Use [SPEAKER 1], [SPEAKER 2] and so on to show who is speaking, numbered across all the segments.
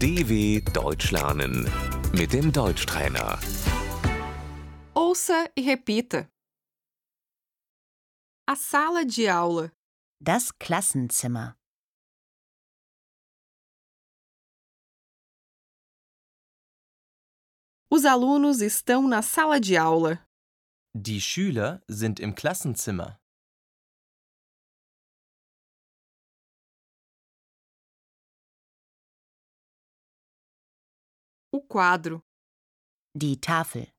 [SPEAKER 1] DW Deutsch lernen mit dem Deutschtrainer.
[SPEAKER 2] Ouça e repita. A sala de aula,
[SPEAKER 3] Das Klassenzimmer.
[SPEAKER 2] os alunos estão na sala de aula.
[SPEAKER 4] Die Schüler sind im Klassenzimmer.
[SPEAKER 2] O quadro,
[SPEAKER 3] Die Tafel.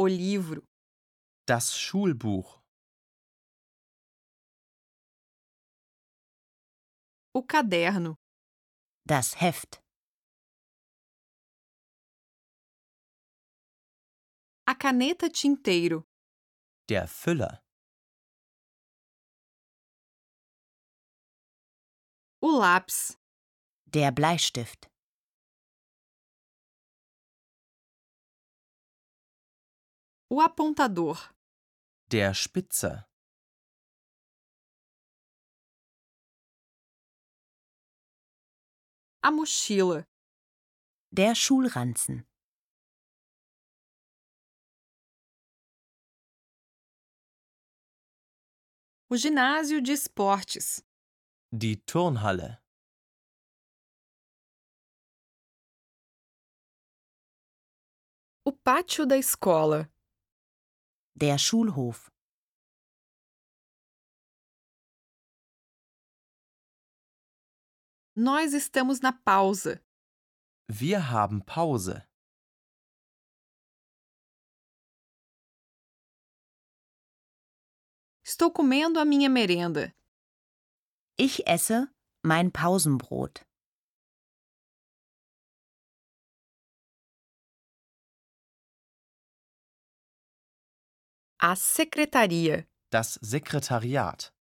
[SPEAKER 2] o livro,
[SPEAKER 4] Das Schulbuch.
[SPEAKER 2] o caderno,
[SPEAKER 3] Das Heft.
[SPEAKER 2] a caneta tinteiro,
[SPEAKER 4] Der Füller.
[SPEAKER 2] o lápis,
[SPEAKER 3] Der Bleistift.
[SPEAKER 2] o apontador,
[SPEAKER 4] Der Spitzer.
[SPEAKER 2] a mochila,
[SPEAKER 3] Der Schulranzen.
[SPEAKER 2] o ginásio de esportes,
[SPEAKER 4] Die Turnhalle.
[SPEAKER 2] o pátio da escola,
[SPEAKER 3] Der Schulhof.
[SPEAKER 2] nós estamos na pausa,
[SPEAKER 4] Wir haben Pause.
[SPEAKER 2] estou comendo a minha merenda,
[SPEAKER 3] Ich esse mein Pausenbrot.
[SPEAKER 2] a secretaria,
[SPEAKER 4] Das Sekretariat.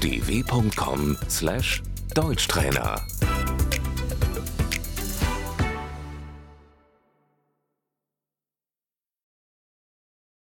[SPEAKER 1] dw.com/deutschtrainer